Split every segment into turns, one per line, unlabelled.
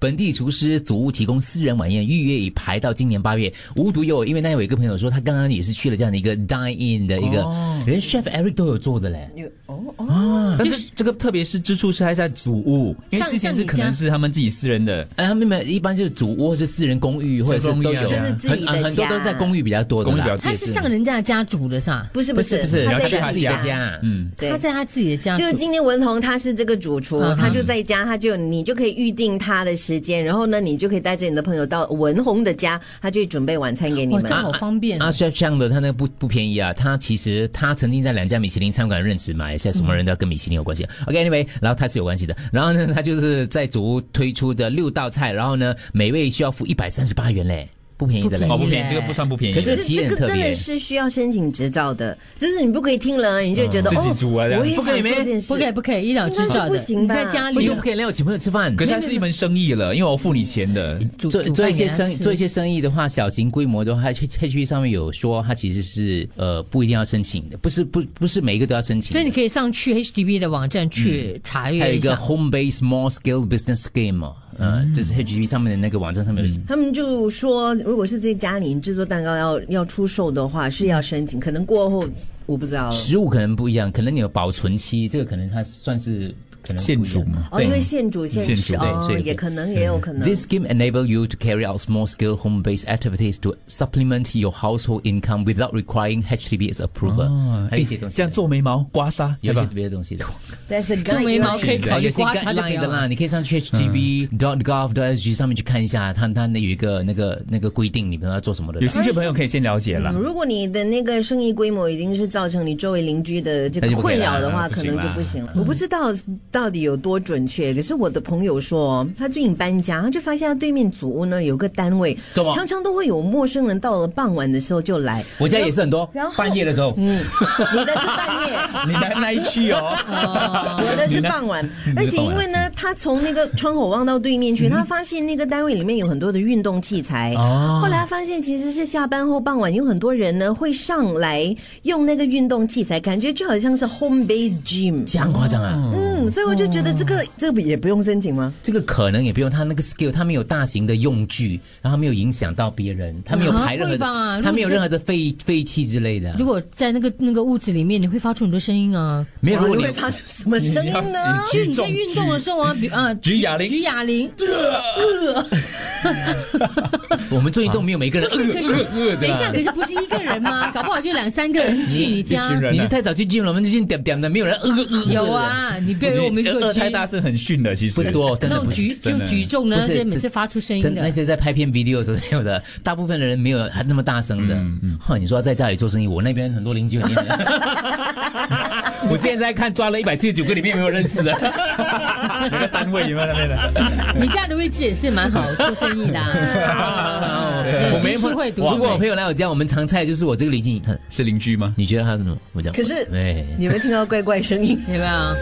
本地厨师祖屋提供私人晚宴，预约已排到今年八月。无独有偶，因为那有一个朋友说，他刚刚也是去了这样的一个 dine in 的一个，连 chef Eric 都有做的嘞。
有哦哦，
但这这个特别是之处是还在祖屋，因为
像
之前是
像你
可能
家
是他们自己私人的，
哎，他们没有一般就是主屋或是私人公寓，或者是
公寓
都
啊
有，
就是
很
自己的
很很多
家
都是在公寓比较多的啦。
公寓比较
他是上人家的家煮的是吧？
不是
不
是
是不是，
他
要去
在
他
自己的家，嗯。
嗯，
对
他在他自己的家煮，
就今天文宏他是这个主厨，
嗯
他就在家，他就你就可以预定他的时间，然后呢，你就可以带着你的朋友到文宏的家，他就会准备晚餐给你
哇，
们
这。样好方便哦。
阿 chef 这啊样的，他那个不不便宜啊。他其实他曾经在两家米其林餐馆任职嘛，现在什么人都要跟米其林有关系。OK，anyway，、然后他是有关系的。然后呢，他就是在主屋推出的六道菜，然后呢，每位需要付一百三十八元嘞，不便宜的嘞。
哦
不
不
便宜
便
啊
宜，这个不算不便宜，
可是
可是
体验
这个
很特别
真的是需要申请执照的，就是你不可以听了，你就觉得、
嗯自己
哦，
煮啊这样
我也想
不可以
做
咩
这件事，
不可以，不可以，医疗制造
应该是不
的，
行
你
吧
在家
为哦
里
什么不可以来我请朋友吃饭？
可是它是一门生意了，因为我付你钱的，
煮
做做一些生意，做一。些
煮饭给他吃
生意的话，小型规模的话，它去它去上面有说，它其实是呃不一定要申请的，不是不不是每一个都要申请的。
所以你可以上去 HDB 的网站
嗯
去查
还有
阅
一
一
个
下。嗯
Home Base Small Scale Business Game 哦，呃，就是 HGB 上面的那个网站上面有
他们就说，如果是在家里制作蛋糕要要出售的话，是要申请，可能过后我不知道了。
食物可能不一样，可能你有保存期，这个可能它算是可能
现
不一样
煮嘛
哦，因为现煮现
现
吃
煮
对
哦
所以，
也可能也有可能。
This game enable you to carry out small-scale home-based activities to supplement your household income without requiring HDB's approval。还有一些东西，
Ah, eh，这样做眉毛、刮痧，
有
要
一
不
些
要？
别的东西的，
That's a guide
做眉毛
哎
可以
对啊
考虑
有些
刮痧就
guideline
不
的
要
啦，
了。
你可以上去 HGB
嗯
dot gov dot sg 上面去看一下，它它那有一个那个那个规定，你们要做什么的啦
有。兴趣的朋友可以先了解啦
嗯。如果你的那个生意规模已经是造成你周围邻居的这个
那就不嗯可以
困
了
扰的
那
话，
不
可
行
能就
啦
不行了。我不知道到底有多准确，可是我的朋友说，他最近搬家，他就发现他对面祖屋呢有个单位
怎么，
常常都会有陌生人到了傍晚的时候就来。
我家也是很多
然后，
半夜的时候。
嗯，你的是半夜。
你来那一区哦，
我的是傍晚，而且因为呢，他从那个窗口望到对面去，他发现那个单位里面有很多的运动器材。
哦
后来他发现其实是下班后傍晚有很多人呢会上来用那个运动器材，感觉就好像是 home base gym。
这样夸张啊！
嗯，所以我就觉得这个这个也不用申请吗？
这个可能也不用他那个 skill，他没有大型的用具，然后他没有影响到别人，他没有排任何的，
啊会吧
他没有
如果
任
这
何的废废气之类的啊。
如果在那个那个屋子里面，你会发出很多声音啊。
没有，如果
哇
你
会发出什么声音
你
呢
要？嗯
就
举
你在
重
运动的时候啊，比啊
举哑铃
举哑铃，
我们做运动没有每个人，
可是
呃
等一下，
的，
可是不是一个人 吗？搞不好就两三个人去你
一
家
群。人
你是
啊。
太早去 gym 了，我们就进点点的，没有人呃呃呃。
有，啊，你不要以为我们
呃
如果
呃
举
太大声很逊的，其实
不 多，真
那
的
种
不
举
是。
就
真的
举重的那
不是
些每
这
次发出声音
真那
的，
些在拍片 video 的时候才有的，大部分的人没有那么大声的。哼，你说在家里做生意，我那边很多邻居里面，我现在看抓了一百 七十九个，里面没有认识的。
有个单位有没 有那边的？
你家的位置也是蛮好做生意 的啊。对
我没
读
朋
书会读
如
书
果我
会
朋友来我家，我们常菜就是我这个邻居，你看，
是邻居吗？
你觉得他是什么？我讲，
可是
哎，
你有没有听到怪怪声音？
有没有？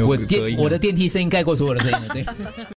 有
我
隔音啊
电
吗
我的电梯声音盖过所有的声音了，对。